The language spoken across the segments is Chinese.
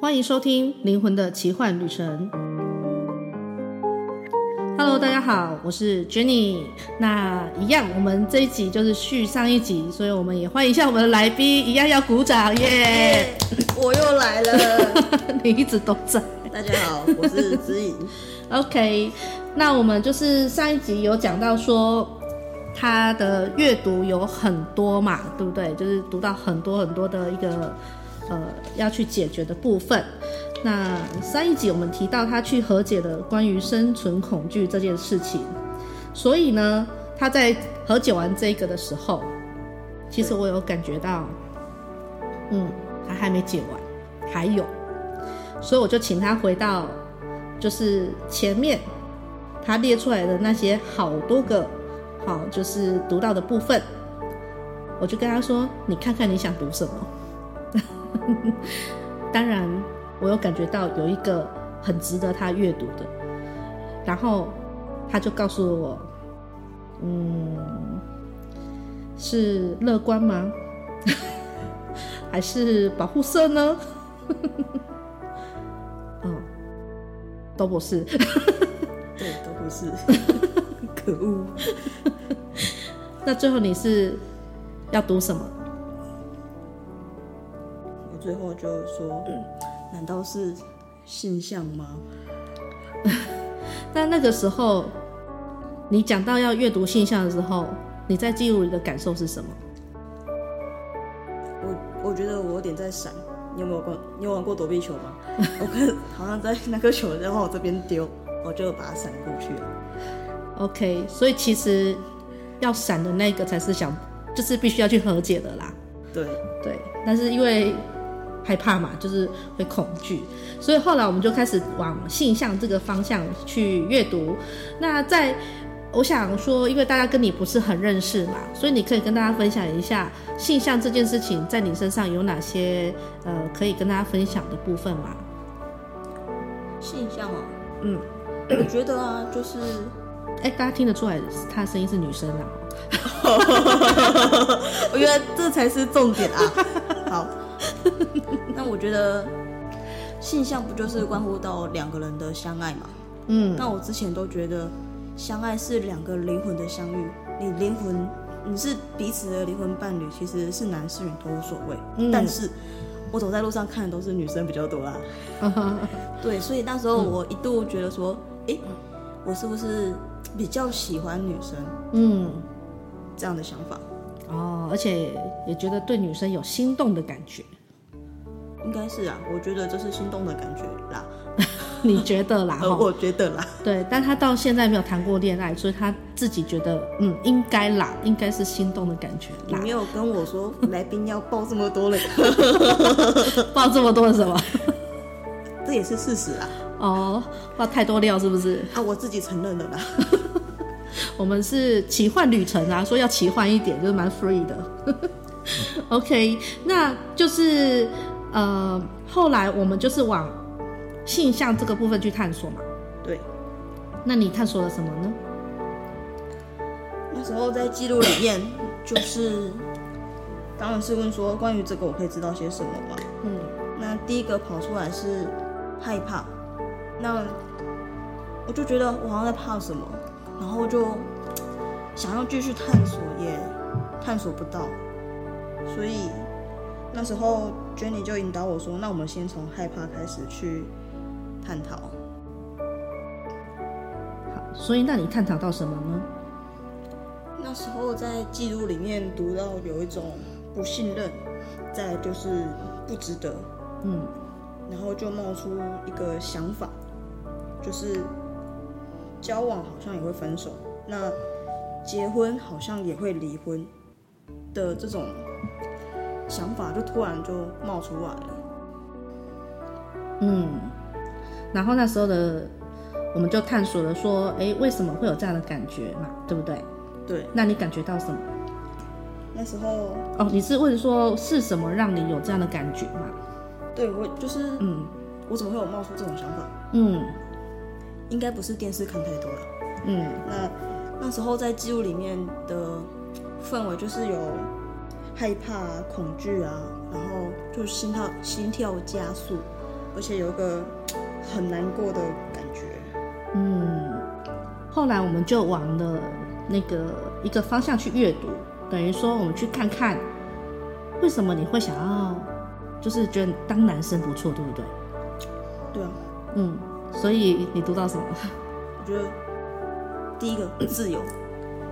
欢迎收听《灵魂的奇幻旅程》。Hello，大家好，我是 Jenny。那一样，我们这一集就是续上一集，所以我们也欢迎一下我们的来宾，一样要鼓掌耶！我又来 了， 你一直都在。大家好，我是知颖。 OK，那我们就是上一集有讲到说，他的阅读有很多嘛，对不对？就是读到很多很多的一个呃要去解决的部分。那上一集我们提到他去和解了关于生存恐惧这件事情，所以呢，他在和解完这个的时候，其实我有感觉到，嗯，他还没解完，还有，所以我就请他回到就是前面他列出来的那些好多个好就是读到的部分，我就跟他说：“你看看你想读什么。” 当然，我有感觉到有一个很值得他阅读的，然后他就告诉了我，嗯，是乐观吗？ 还是保护色呢？嗯，都不是。对，都不 是，可恶。那最后你是要读什么？我最后就说，难道是性向吗？那那个时候，你讲到要阅读信象的时候，你在记录你的感受是什么？我我觉得我有点在闪。你有没有过？你有玩过躲避球 吗？我看好像在那个球在往我这边丢，我就把它闪过去了。 OK，所以其实要闪的那个才是想，就是必须要去和解的啦。对，对，但是因为害怕嘛，就是会恐惧，所以后来我们就开始往性向这个方向去阅读。那在我想说，因为大家跟你不是很认识嘛，所以你可以跟大家分享一下性向这件事情在你身上有哪些呃可以跟大家分享的部分嘛？性向啊，嗯，我觉得啊，就是哎，大家听得出来，她的声音是女生啊。 我觉得这才是重点啊。好，那我觉得性向不就是关乎到两个人的相爱嘛？嗯，那我之前都觉得相爱是两个灵魂的相遇，你灵魂你是彼此的灵魂伴侣，其实是男是女都无所谓。嗯但是我走在路上看的都是女生比较多 啦。对，所以那时候我一度觉得说，诶，我是不是比较喜欢女生嗯，这样的想法？哦，而且也觉得对女生有心动的感觉，应该是啊，我觉得这是心动的感觉啦，你觉得啦？呃，哈我觉得啦，对，但他到现在没有谈过恋爱，所以他自己觉得，嗯，应该啦，应该是心动的感觉你啦没。有跟我说来宾要报这么多了，报这么多是什么？ 这也是事实啦，哦，报太多料是不是？啊，我自己承认了 啦，我们是奇幻旅程啊，说要奇幻一点，就是蛮 free 的。OK，那就是呃，后来我们就是往性向这个部分去探索嘛。对，那你探索了什么呢？那时候在记录里面 就是，当然是问说关于这个我可以知道些什么嘛，嗯那第一个跑出来是害怕，那我就觉得我好像在怕什么，然后就想要继续探索，也探索不到，所以那时候 Jenny 就引导我说，那我们先从害怕开始去探讨。，好，所以那你探讨到什么呢？那时候在记录里面读到有一种不信任，再来就是不值得，嗯然后就冒出一个想法，就是交往好像也会分手，那结婚好像也会离婚的这种想法，就突然就冒出来了。嗯，然后那时候的我们就探索了说，诶，为什么会有这样的感觉嘛，对不对？对，那你感觉到什么？那时候哦，你是问说是什么让你有这样的感觉嘛？对我就是，嗯我怎么会有冒出这种想法？嗯应该不是电视看太多了。嗯那那时候在记录里面的氛围就是有啊害怕、恐惧啊，然后就心跳心跳加速，而且有一个很难过的感觉。嗯，后来我们就往了那个一个方向去阅读，等于说我们去看看为什么你会想要，就是觉得当男生不错，对不对？对啊，嗯，所以你读到什么？ 我觉得第一个自由，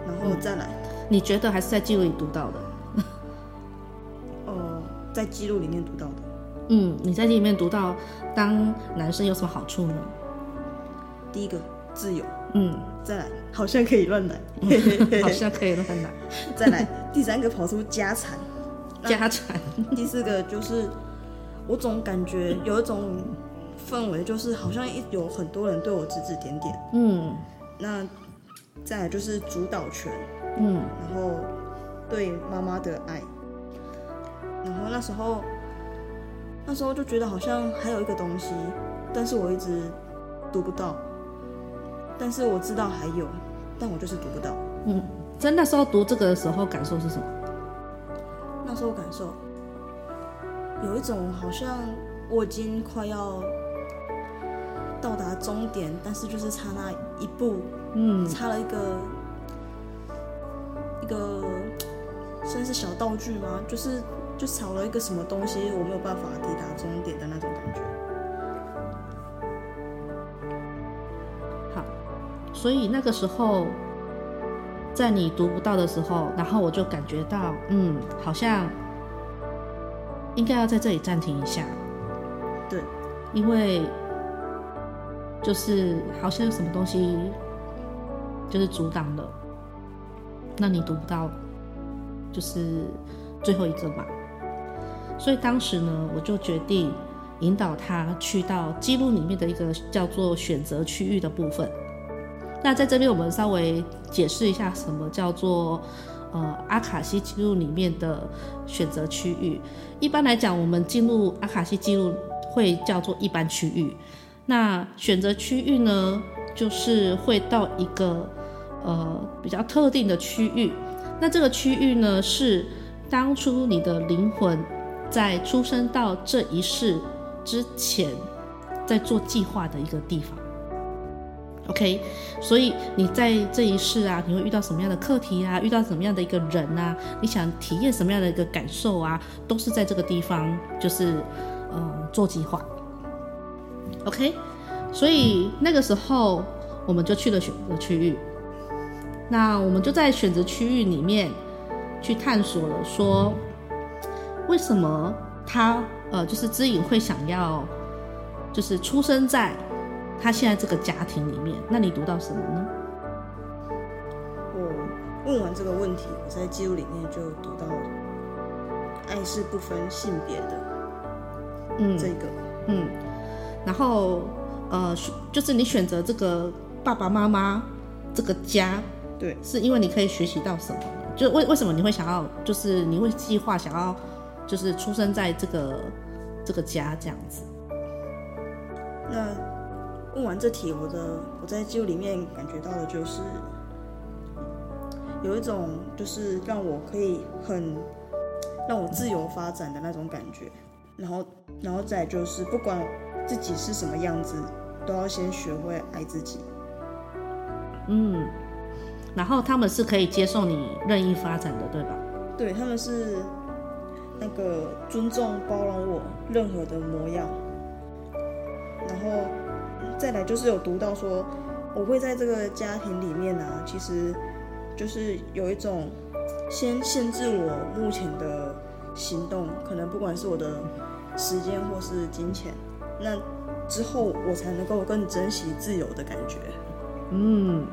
然后再来，你觉得还是在记录里读到的？呃，在记录里面读到的，嗯，你在这里面读到当男生有什么好处呢？第一个自由，嗯，再来好像可以乱来， 好像可以乱来，再来第三个跑出家产，家传，第四个就是我总感觉有一种氛围，就是好像一有很多人对我指指点点。嗯那再来就是主导权，嗯然后对妈妈的爱，然后那时候那时候就觉得好像还有一个东西，但是我一直读不到，但是我知道还有，但我就是读不到。嗯，在那时候读这个的时候感受是什么？那时候感受有一种好像我已经快要到达终点，但是就是差那一步，嗯差了一个一个算是小道具吗？就是就少了一个什么东西，我没有办法抵达终点的那种感觉。好，所以那个时候，在你读不到的时候，然后我就感觉到，嗯，好像应该要在这里暂停一下，对，因为就是好像有什么东西就是阻挡了，那你读不到，就是最后一个嘛。所以当时呢，我就决定引导他去到记录里面的一个叫做选择区域的部分。那在这边，我们稍微解释一下什么叫做呃阿卡西记录里面的选择区域。一般来讲，我们进入阿卡西记录会叫做一般区域。那选择区域呢，就是会到一个呃比较特定的区域。那这个区域呢，是当初你的灵魂在出生到这一世之前，在做计划的一个地方。OK，所以你在这一世啊，你会遇到什么样的课题啊？遇到什么样的一个人啊？你想体验什么样的一个感受啊？都是在这个地方，就是嗯做计划。OK，所以那个时候我们就去了选择区域。那我们就在选择区域里面去探索了，说为什么他呃，就是知影会想要，就是出生在他现在这个家庭里面。那你读到什么呢？我问完这个问题，我在记录里面就读到爱是不分性别的嗯这个。嗯，然后呃，选就是你选择这个爸爸妈妈这个家，对，是因为你可以学习到什么？就为为什么你会想要，就是你会计划想要，就是出生在这个这个家这样子？那问完这题，我的我在记录里面感觉到的就是有一种就是让我可以很让我自由发展的那种感觉，然后然后再就是不管自己是什么样子，都要先学会爱自己。嗯，然后他们是可以接受你任意发展的，对吧？对，他们是那个尊重包容我任何的模样，然后再来就是有读到说，我会在这个家庭里面呢、啊，其实就是有一种先限制我目前的行动，可能不管是我的时间或是金钱，那之后我才能够更珍惜自由的感觉。嗯，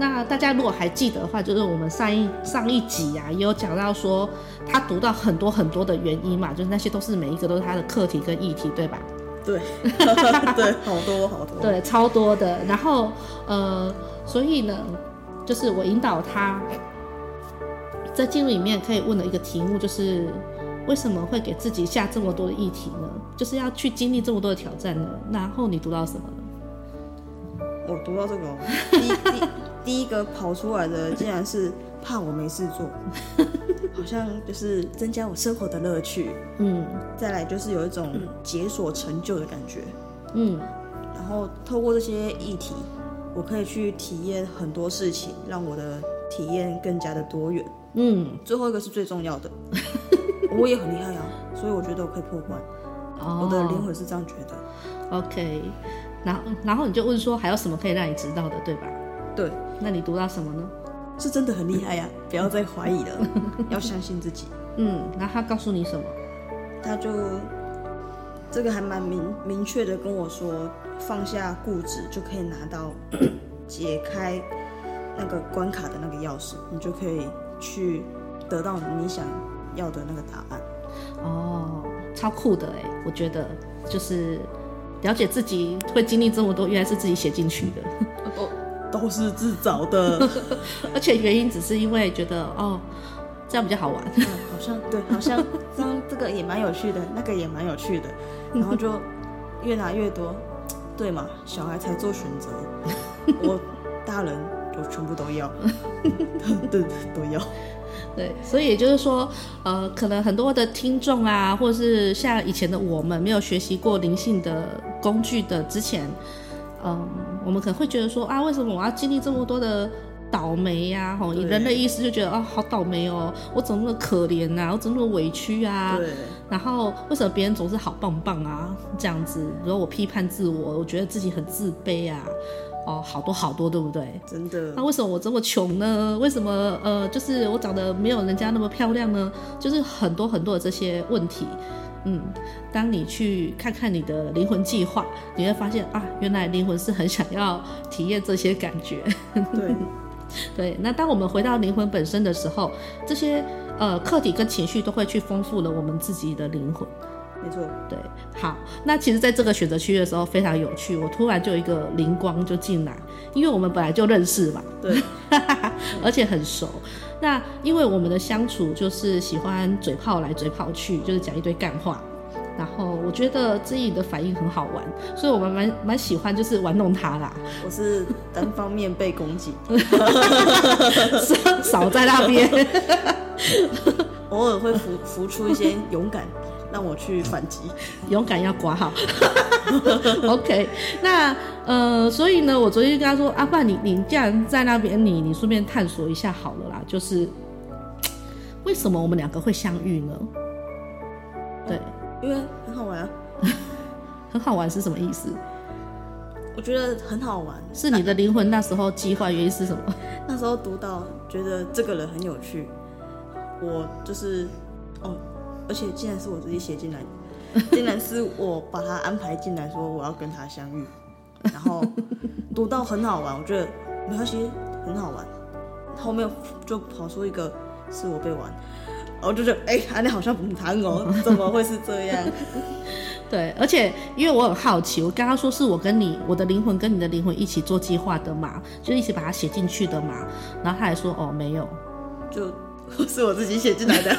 那大家如果还记得的话，就是我们上一上一集啊，也有讲到说他读到很多很多的原因嘛，就是那些都是每一个都是他的课题跟议题，对吧？对， 对，好多好多。对，超多的。然后呃，所以呢，就是我引导他呃在记录里面可以问的一个题目，就是为什么会给自己下这么多的议题呢？就是要去经历这么多的挑战呢？然后你读到什么呢？我读到这个哦，第一第第一个跑出来的竟然是怕我没事做，好像就是增加我生活的乐趣。嗯再来就是有一种解锁成就的感觉，嗯然后透过这些议题，我可以去体验很多事情，让我的体验更加的多元。嗯，最后一个是最重要的，我也很厉害啊，所以我觉得我可以破关，哦，我的灵魂是这样觉得。 OK，然后然后你就问说还有什么可以让你知道的，对吧？对，那你读到什么呢？是真的很厉害呀、不要再怀疑了，要相信自己。嗯，然后他告诉你什么？他就这个还蛮明明确的跟我说，放下固执就可以拿到解开那个关卡的那个钥匙，你就可以去得到你想要的那个答案。哦，超酷的哎，我觉得就是了解自己会经历这么多，原来是自己写进去的， 都都是自找的，而且原因只是因为觉得哦，这样比较好玩。嗯好像对，好像这样这个也蛮有趣的，那个也蛮有趣的，然后就越拿越多，对嘛？小孩才做选择，我大人就全部都要，对，都要。对，所以也就是说，呃，可能很多的听众啊，或是像以前的我们没有学习过灵性的工具的之前，嗯、我们可能会觉得说啊，为什么我要经历这么多的倒霉呀、吼，以对人的意识就觉得哦，好倒霉哦，我怎么那么可怜呐、啊，我怎么那么委屈啊？对，然后为什么别人总是好棒棒啊？这样子，如果我批判自我，我觉得自己很自卑啊，哦，好多好多，对不对？真的那为什么我这么穷呢？为什么呃，就是我长得没有人家那么漂亮呢？就是很多很多的这些问题。嗯，当你去看看你的灵魂计划，你会发现啊，原来灵魂是很想要体验这些感觉。 对，对，那当我们回到灵魂本身的时候，这些呃客体跟情绪都会去丰富了我们自己的灵魂。没错，对，好，那其实在这个选择区的时候非常有趣，我突然就有一个灵光就进来，因为我们本来就认识嘛，对， 而且很熟。那因为我们的相处就是喜欢嘴炮来嘴炮去，就是讲一堆干话。然后我觉得自己的反应很好玩，所以我们蛮蛮喜欢就是玩弄他啦， 我是单方面被攻击，少少在那边。 偶尔会浮浮出一些勇敢，让我去反击。勇敢要挂号。OK，那呃，所以呢，我昨天就跟他说，阿、啊、爸，你你既然在那边，你你顺便探索一下好了啦，就是嘖为什么我们两个会相遇呢？对，因为很好玩啊，很好玩是什么意思？我觉得很好玩。是你的灵魂那时候计划原因是什么？那时候读到觉得这个人很有趣，我就是哦，而且竟然是我自己写进来，竟然是我把他安排进来，说我要跟他相遇，然后读到很好玩，我觉得没关系，很好玩。后面就跑出一个是我被玩，然后就觉得哎，安、利好像不谈哦，怎么会是这样？ 对，而且因为我很好奇，我刚刚说是我跟你，我的灵魂跟你的灵魂一起做计划的嘛，就一起把它写进去的嘛。然后他还说哦没有， 就 是我自己写进来的，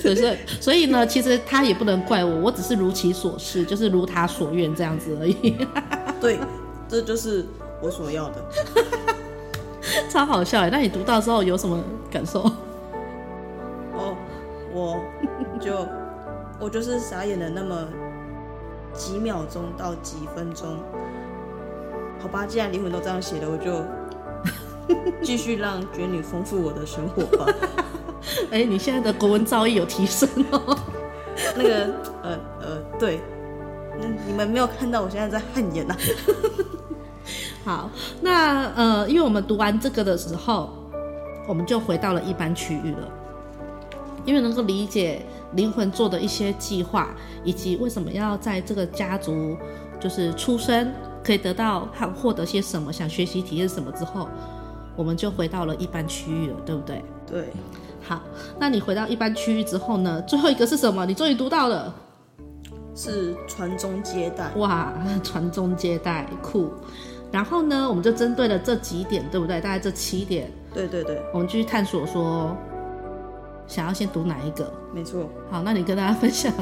对，所以所以呢，其实他也不能怪我，我只是如其所示，就是如他所愿这样子而已， 对，这就是我所要的。超好笑哎！那你读到之后有什么感受？ 哦，我就我就是傻眼了那么几秒钟到几分钟。好吧，既然灵魂都这样写了，我就继续让觉女丰富我的生活吧。 哎、你现在的国文造诣有提升哦。那个呃呃，对，那你们没有看到我现在在汗颜呐、啊好，那呃，因为我们读完这个的时候，我们就回到了一般区域了，因为能够理解灵魂做的一些计划，以及为什么要在这个家族就是出生，可以得到和获得些什么，想学习体验什么之后，我们就回到了一般区域了，对不对？对，好，那你回到一般区域之后呢？最后一个是什么？你终于读到了，是传宗接代。哇， 传宗接代，酷。然后呢，我们就针对了这几点，对不对？大概这七点，对对对，我们继续探索说，想要先读哪一个？没错。好，那你跟大家分享，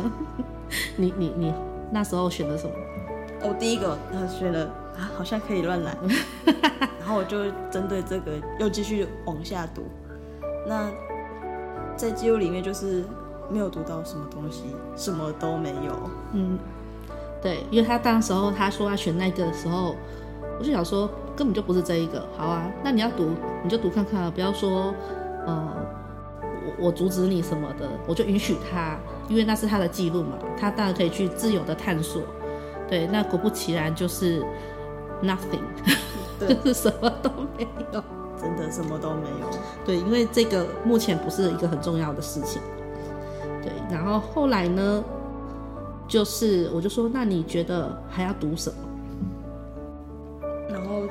你你你那时候选的什么？我哦第一个他选了啊，好像可以乱来，然后我就针对这个又继续往下读。那在记录里面就是没有读到什么东西，什么都没有。嗯，对，因为他当时候他说要选那个的时候，我就想说根本就不是这一个。好啊，那你要读你就读看看啊，不要说呃我我阻止你什么的，我就允许他，因为那是他的记录嘛，他当然可以去自由的探索。对，那果不其然就是 nothing，对，就是 什么都没有。真的什么都没有。对，因为这个目前不是一个很重要的事情。对，然后后来呢，就是我就说，那你觉得还要读什么？然后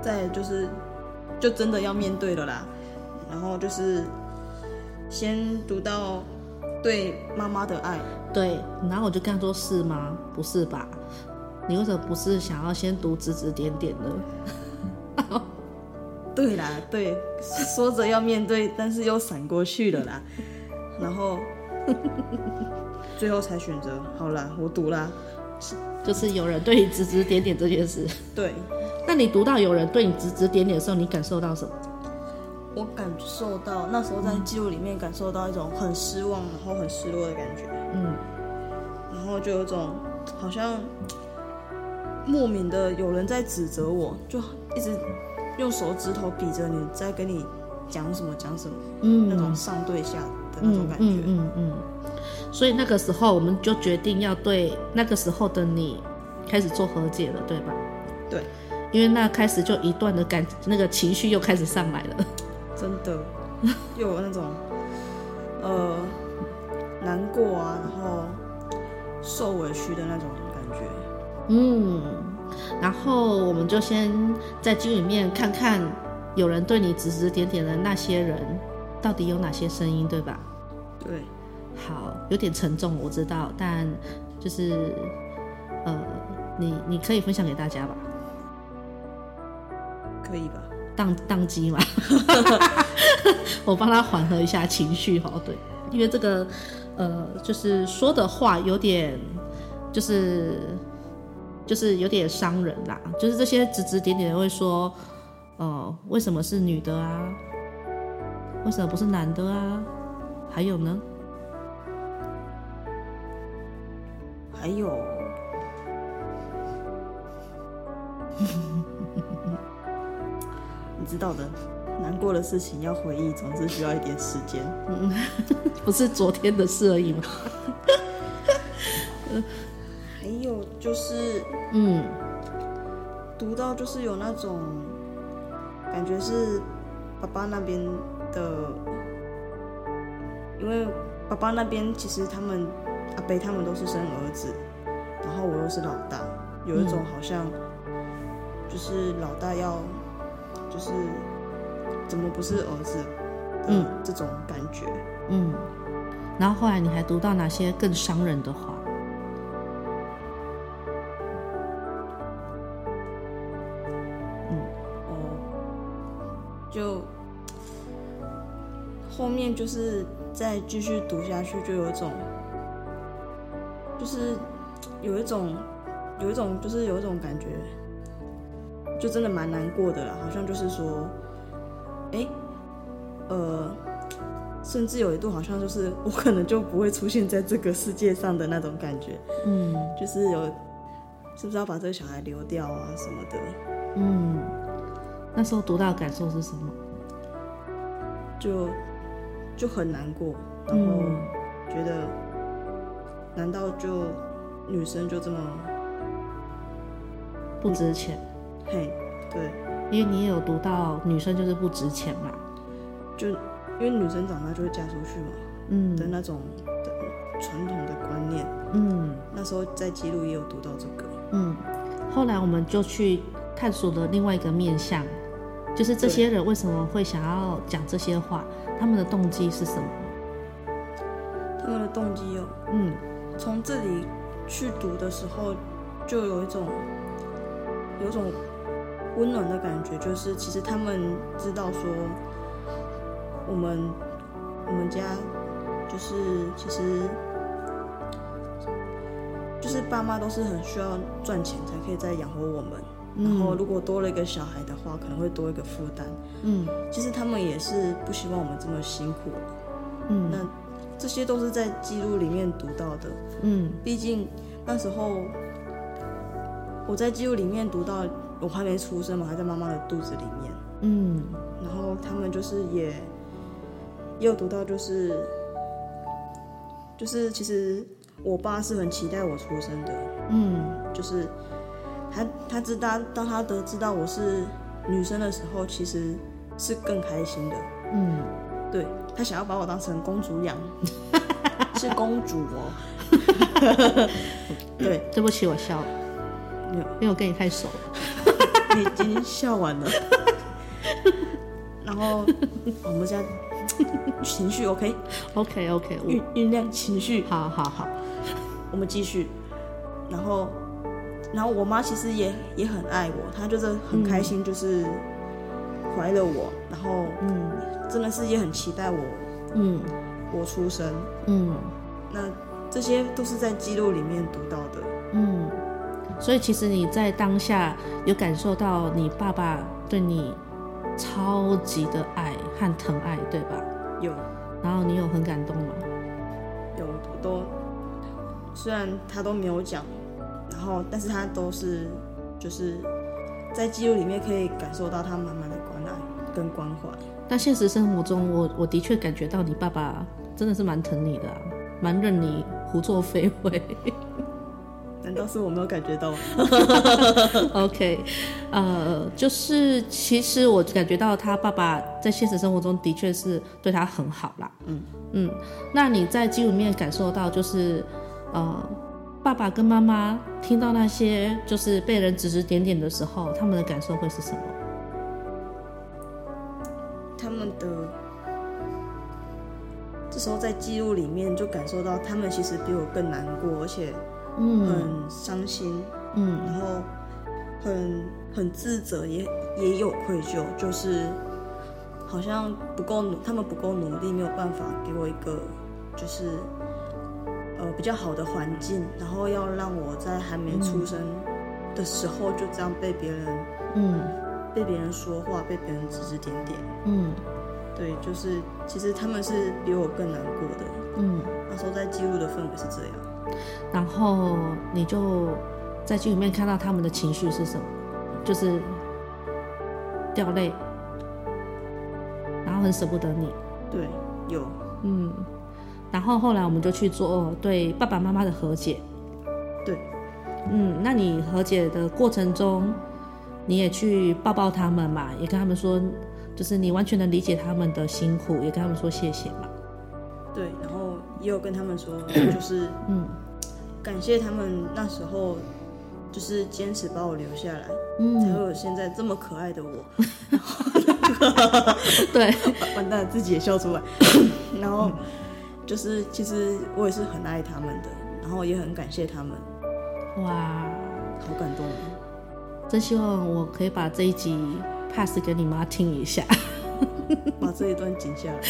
再就是就真的要面对了啦。然后就是先读到对妈妈的爱，对，然后我就跟他说，是吗？不是吧？你为什么不是想要先读指指点点呢？对啦，对，说着要面对，但是又闪过去了 啦。然后 最后才选择，好啦，我读啦。就是有人对你指指点点这件事。 对那你读到有人对你指指点点的时候，你感受到什么？我感受到那时候在记录里面感受到一种很失望，然后很失落的感觉。嗯，然后就有种好像莫名的有人在指责我，就一直用手指头比着你，在跟你讲什么讲什么，嗯那种上对下的那种嗯感觉。嗯嗯嗯。所以那个时候我们就决定要对那个时候的你开始做和解了，对吧？对，因为那开始就一段的感那个情绪又开始上来了。真的 又有那种呃难过啊，然后受委屈的那种感觉。嗯，然后我们就先在剧里面看看有人对你指指点点的那些人到底有哪些声音，对吧？对，好，有点沉重，我知道，但就是呃，你你可以分享给大家吧，可以吧？宕宕机嘛， 我帮他缓和一下情绪哦，对，因为这个呃，就是说的话有点就是就是有点伤人啦，就是这些指指点点的会说，呃，为什么是女的啊？为什么不是男的啊？还有呢？还有， 你知道的，难过的事情要回忆，总是需要一点时间。不是昨天的事而已吗？还有就是嗯，读到就是有那种感觉是爸爸那边的，因为爸爸那边其实他们阿伯他们都是生儿子，然后我又是老大，有一种好像就是老大要就是怎么不是儿子，嗯嗯，这种感觉。嗯，然后后来你还读到哪些更伤人的话？哦，就后面就是再继续读下去，就有一种，就是有一种，有一种就是有一种感觉，就真的蛮难过的啦。好像就是说，哎，呃，甚至有一度好像就是我可能就不会出现在这个世界上的那种感觉，嗯就是有是不是要把这个小孩流掉啊什么的。嗯，那时候读到的感受是什么？就就很难过，然后嗯觉得，难道就女生就这么不值钱，嘿？对，因为你也有读到女生就是不值钱嘛。就因为女生长大就会嫁出去嘛的嗯那种的传统的观念，嗯那时候在记录也有读到这个，嗯。后来我们就去探索了另外一个面向，就是这些人为什么会想要讲这些话，他们的动机是什么？他们的动机哦，嗯从这里去读的时候，就有一种有一种温暖的感觉，就是其实他们知道说，我们我们家就是其实就是爸妈都是很需要赚钱才可以再养活我们，然后如果多了一个小孩的话，可能会多一个负担。嗯其实他们也是不希望我们这么辛苦，嗯那这些都是在记录里面读到的。嗯毕竟那时候我在记录里面读到，我还没出生嘛，还在妈妈的肚子里面。嗯然后他们就是也也有读到，就是就是其实我爸是很期待我出生的，嗯就是他他知道当他得知到我是女生的时候，其实是更开心的。嗯，对他想要把我当成公主养， 是公主哦。 对，对不起，我笑了，没有因为我跟你太熟了。你已经笑完了。然后我们现在情绪 OK， OK OK，我酝酝酿情绪，好好好，我们继续。然后，然后我妈其实也也很爱我，她就是很开心，就是怀了我，然后嗯真的是也很期待我嗯我出生。嗯那这些都是在记录里面读到的。嗯，所以其实你在当下有感受到你爸爸对你超级的爱和疼爱，对吧？有然后你有很感动吗？有我都，虽然他都没有讲，然后但是他都是就是在记录里面可以感受到他满满的关爱跟关怀。但现实生活中，我我的确感觉到你爸爸真的是蛮疼你的、啊，蛮任你胡作非为。难道是我没有感觉到吗？ OK，呃，就是其实我感觉到他爸爸在现实生活中的确是对他很好啦。嗯嗯，那你在记录里面感受到就是，呃，爸爸跟妈妈听到那些就是被人指指点点的时候，他们的感受会是什么？他们的这时候在记录里面就感受到他们其实比我更难过，而且嗯很伤心，嗯然后很很自责，也也有愧疚，就是好像不够努，他们不够努力，没有办法给我一个就是呃比较好的环境，然后要让我在还没出生的时候就这样被别人嗯被别人说话，被别人指指点点。嗯对，就是其实他们是比我更难过的。嗯，那时候在记录的氛围是这样，然后你就在剧里面看到他们的情绪是什么，就是掉泪，然后很舍不得你，对，有嗯，然后后来我们就去做对爸爸妈妈的和解，对，嗯，那你和解的过程中，你也去抱抱他们嘛，也跟他们说，就是你完全能理解他们的辛苦，也跟他们说谢谢嘛，对，然后也有跟他们说，就是嗯感谢他们那时候就是坚持把我留下来，才嗯，会有现在这么可爱的我。 对， 完完蛋了，自己也笑出来。 然后就是其实我也是很爱他们的，然后也很感谢他们，哇。好感动哦。真希望我可以把这一集 pass 给你妈听一 下，把这一段剪下来，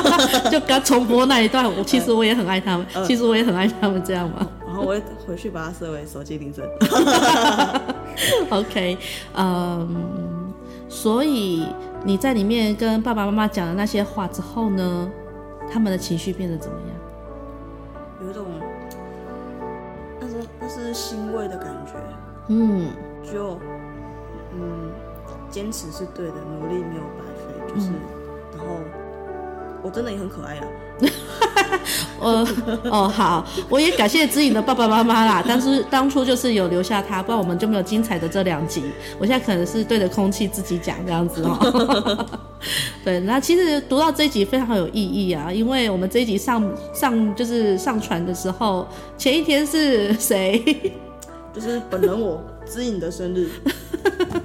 就刚重播那一段。我其实我也很爱他们，其实我也很爱他们，这样吗然后我会回去把它设为手机铃声。 ？OK，嗯，所以你在里面跟爸爸妈妈讲的那些话之后呢，他们的情绪变得怎么样？有一种那是那是欣慰的感觉，嗯就嗯，坚持是对的，努力没有白费，就是、嗯然后我真的也很可爱啊，呃，哦，好，我也感谢知影的爸爸妈妈啦。当 初当初就是有留下他，不然我们就没有精彩的这两集。我现在可能是对着空气自己讲这样子哦。对，那其实读到这一集非常有意义啊，因为我们这一集上上就是上传的时候，前一天是谁？就是本人我知影的生日，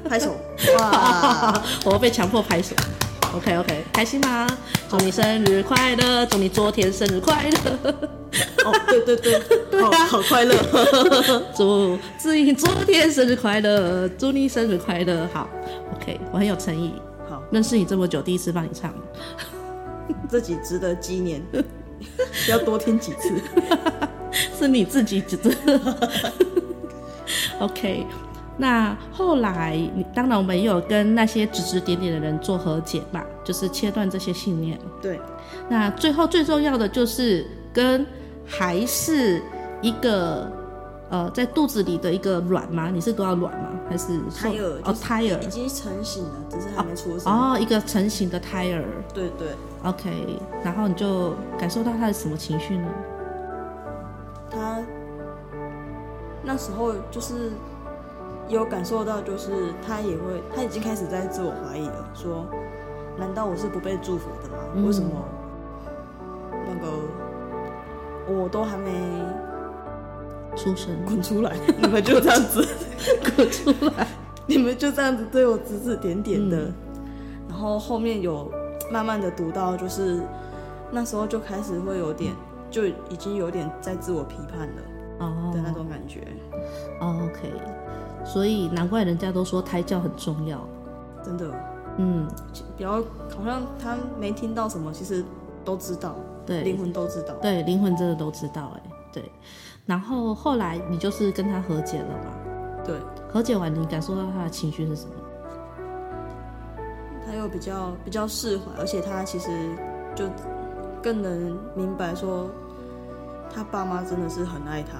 拍 手哇！我被强迫拍手。OK OK，开心吗？祝你生日快乐，祝你昨天生日快乐，哦，对对对，啊好好快乐，祝知影昨天生日快乐，祝你生日快乐。好，OK，我很有诚意。好，认识你这么久，第一次帮你唱。这集值得纪 念，要多听几次。 是你自己指责。OK，那后来，你当然我们也有跟那些指指点点的人做和解嘛，就是切断这些信念。对，那最后最重要的就是跟还是一个呃在肚子里的一个卵吗？你是多少卵吗？还是受胎儿就哦，是胎儿已经成型了，只是还没出生。哦，一个成型的胎儿。对对， OK，然后你就感受到他的什么情绪呢？他那时候就是有感受到，就是他也会，他已经开始在自我怀疑了，说难道我是不被祝福的吗？嗯为什么那个我都还没出生， 滚出来，你们就这样子，滚出来。你们就这样子对我指指点点的，然后后面有慢慢的读到，就是那时候就开始会有点，就已经有点在自我批判了哦，的那种感觉，哦，OK，所以难怪人家都说胎教很重要。真的。嗯，比较好像他没听到什么，其实都知道，灵对，魂都知道。对，灵魂真的都知道哎、对。然后后来你就是跟他和解了嘛？对，和解完，你感受到他的情绪是什么？他又比较比较释怀，而且他其实就更能明白说，他爸妈真的是很爱他，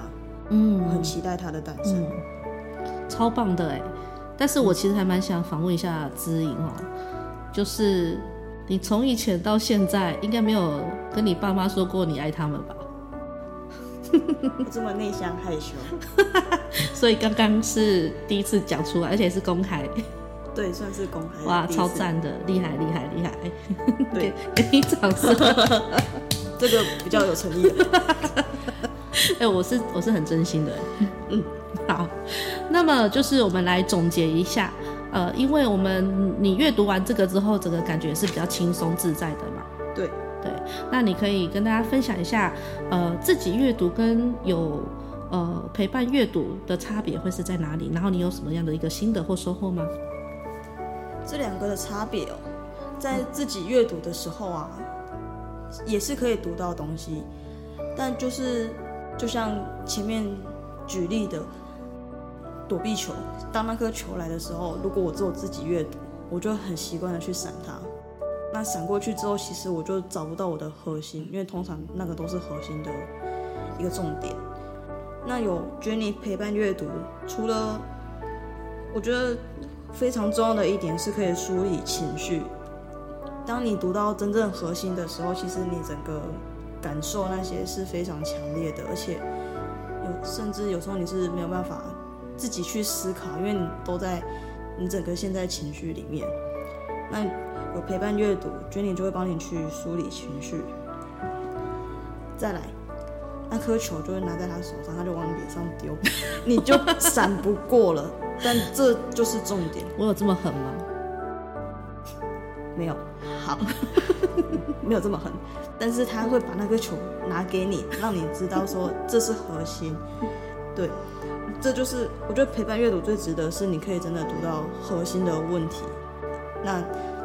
嗯，很期待他的诞生。嗯，超棒的哎！但是我其实还蛮想访问一下知颖哦，就是你从以前到现在，应该没有跟你爸妈说过你爱他们吧？ 我这么内向害羞，所以刚刚是第一次讲出来，而且是公 开，对，算是公开的哇，第一次超！赞的，厉害厉害厉害！对， 给给你掌 声！这个比较有诚意了。哎、我是我是很真心的。嗯，好，那么就是我们来总结一下，呃，因为我们你阅读完这个之后，整个感觉是比较轻松自在的嘛。对，对，那你可以跟大家分享一下，呃，自己阅读跟有呃陪伴阅读的差别会是在哪里？然后你有什么样的一个心得或收获吗？这两个的差别哦，在自己阅读的时候啊，也是可以读到东西，但就是就像前面举例的躲避球，当那颗球来的时候，如果我只有自己阅读，我就很习惯的去闪它。那闪过去之后，其实我就找不到我的核心，因为通常那个都是核心的一个重点。那有 Jenny 陪伴阅读，除了我觉得非常重要的一点是可以梳理情绪。当你读到真正核心的时候，其实你整个感受那些是非常强烈的，而且有甚至有时候你是没有办法自己去思考，因为你都在你整个现在情绪里面。那有陪伴阅读，Jenny 就会帮你去梳理情绪。再来，那颗球就会拿在他手上，他就往你脸上丢， 你就闪不过了。但这就是重点，我有这么狠吗？没有好， 没有这么狠，但是他会把那个球拿给你，让你知道说这是核心。对，这就是我觉得陪伴阅读最值得是你可以真的读到核心的问题，那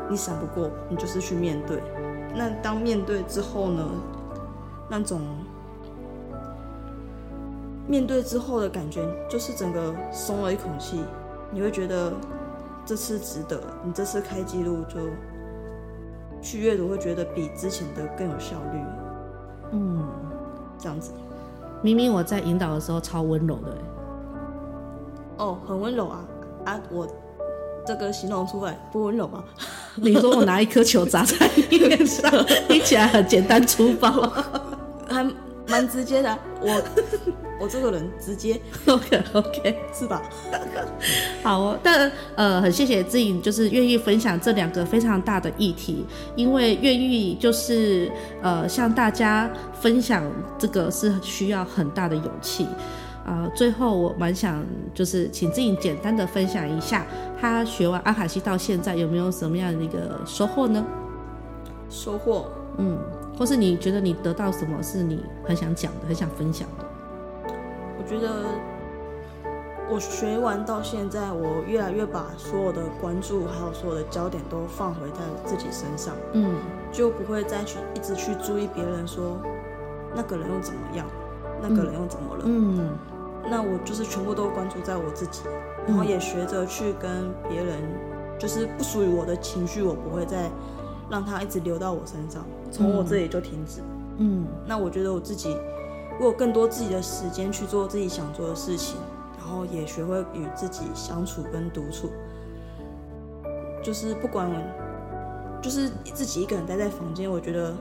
你闪不过，你就是去面对。那当面对之后呢，那种面对之后的感觉，就是整个松了一口气，你会觉得这次值得，你这次开记录就去阅读，会觉得比之前的更有效率，嗯，这样子。明明我在引导的时候超温柔的欸、哦，很温柔啊啊！我这个形容出来不温柔吗？ 你说我拿一颗球砸在你脸上， 听起来很简单粗暴。啊 还蛮直接的啊、我 我这个人直接 OK OK。是吧？好哦，但呃，很谢谢自己，就是愿意分享这两个非常大的议题，因为愿意就是呃向大家分享这个是需要很大的勇气。呃，最后我蛮想就是请自己简单的分享一下，他学完阿卡西到现在有没有什么样的一个收获呢？收获嗯，或是你觉得你得到什么是你很想讲的、很想分享的？我觉得我学完到现在，我越来越把所有的关注还有所有的焦点都放回在自己身上，嗯就不会再去一直去注意别人说那个人又嗯怎么样，那个人又怎么了。嗯那我就是全部都关注在我自己，然后也学着去跟别人，就是不属于我的情绪，我不会再让它一直流到我身上，从我这里就停止。嗯那我觉得我自己，我有更多自己的时间去做自己想做的事情，然后也学会与自己相处跟独处，就是不管，就是自己一个人待在房间，我觉得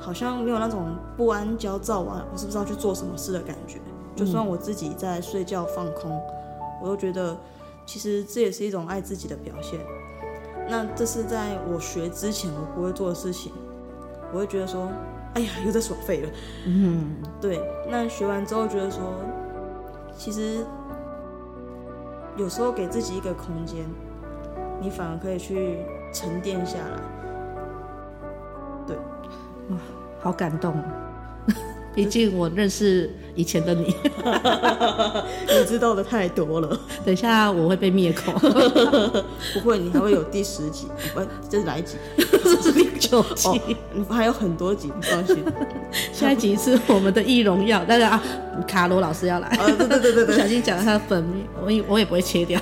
好像没有那种不安、焦躁啊，我是不是要去做什么事的感觉。就算我自己在睡觉放空，我都觉得其实这也是一种爱自己的表现。那这是在我学之前我不会做的事情，我会觉得说，哎呀， 又在耍废了。嗯，对，那学完之后觉得说，其实有时候给自己一个空间，你反而可以去沉淀下来。好感动哦。毕竟我认识以前的你， 你知道的太多了，等一下我会被灭口， 不会，你还会有第十集，不，这是哪一集？这是第九集。哦，你还有很多集，你放心。下一集是我们的易容药，但是啊，卡罗老师要来， 哦，对对对对不对，小心讲了他的本名，我也我也不会切 掉。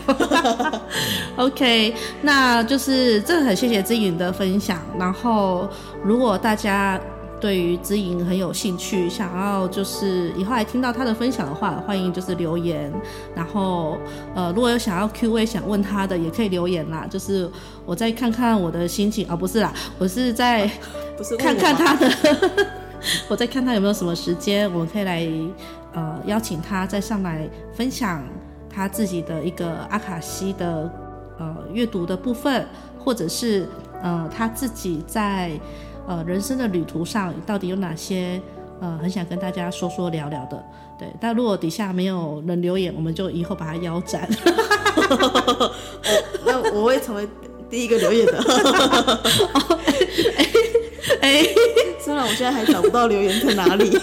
OK，那就是真的很谢谢知颖的分享。然后，如果大家对于知颖很有兴趣，想要就是以后来听到他的分享的话，欢迎就是留言。然后，呃，如果有想要 Q&A 想问他的，也可以留言啦。就是我再看看我的心情啊、不是啦，我是在。不是问看我看吗他的， 我再看他有没有什么时间，我们可以来呃邀请他再上来分享他自己的一个阿卡西的呃阅读的部分，或者是呃他自己在呃人生的旅途上到底有哪些呃很想跟大家说说聊聊的。对，但如果底下没有人留言，我们就以后把他腰斩。 那我会成为第一个留言的。哎、 虽然我现在还找不到留言在哪里，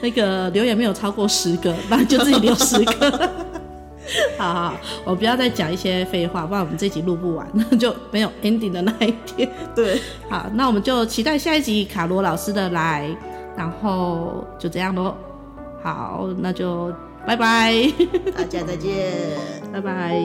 那个留言没有超过十个， 不然就自己留十个。 好好，好我不要再讲一些废话，不然我们这集录不完， 就没有 ending 的那一天。 对，好，那我们就期待下一集卡罗老师的来，然后就这样咯。好，那就拜拜， 大家再见。拜拜。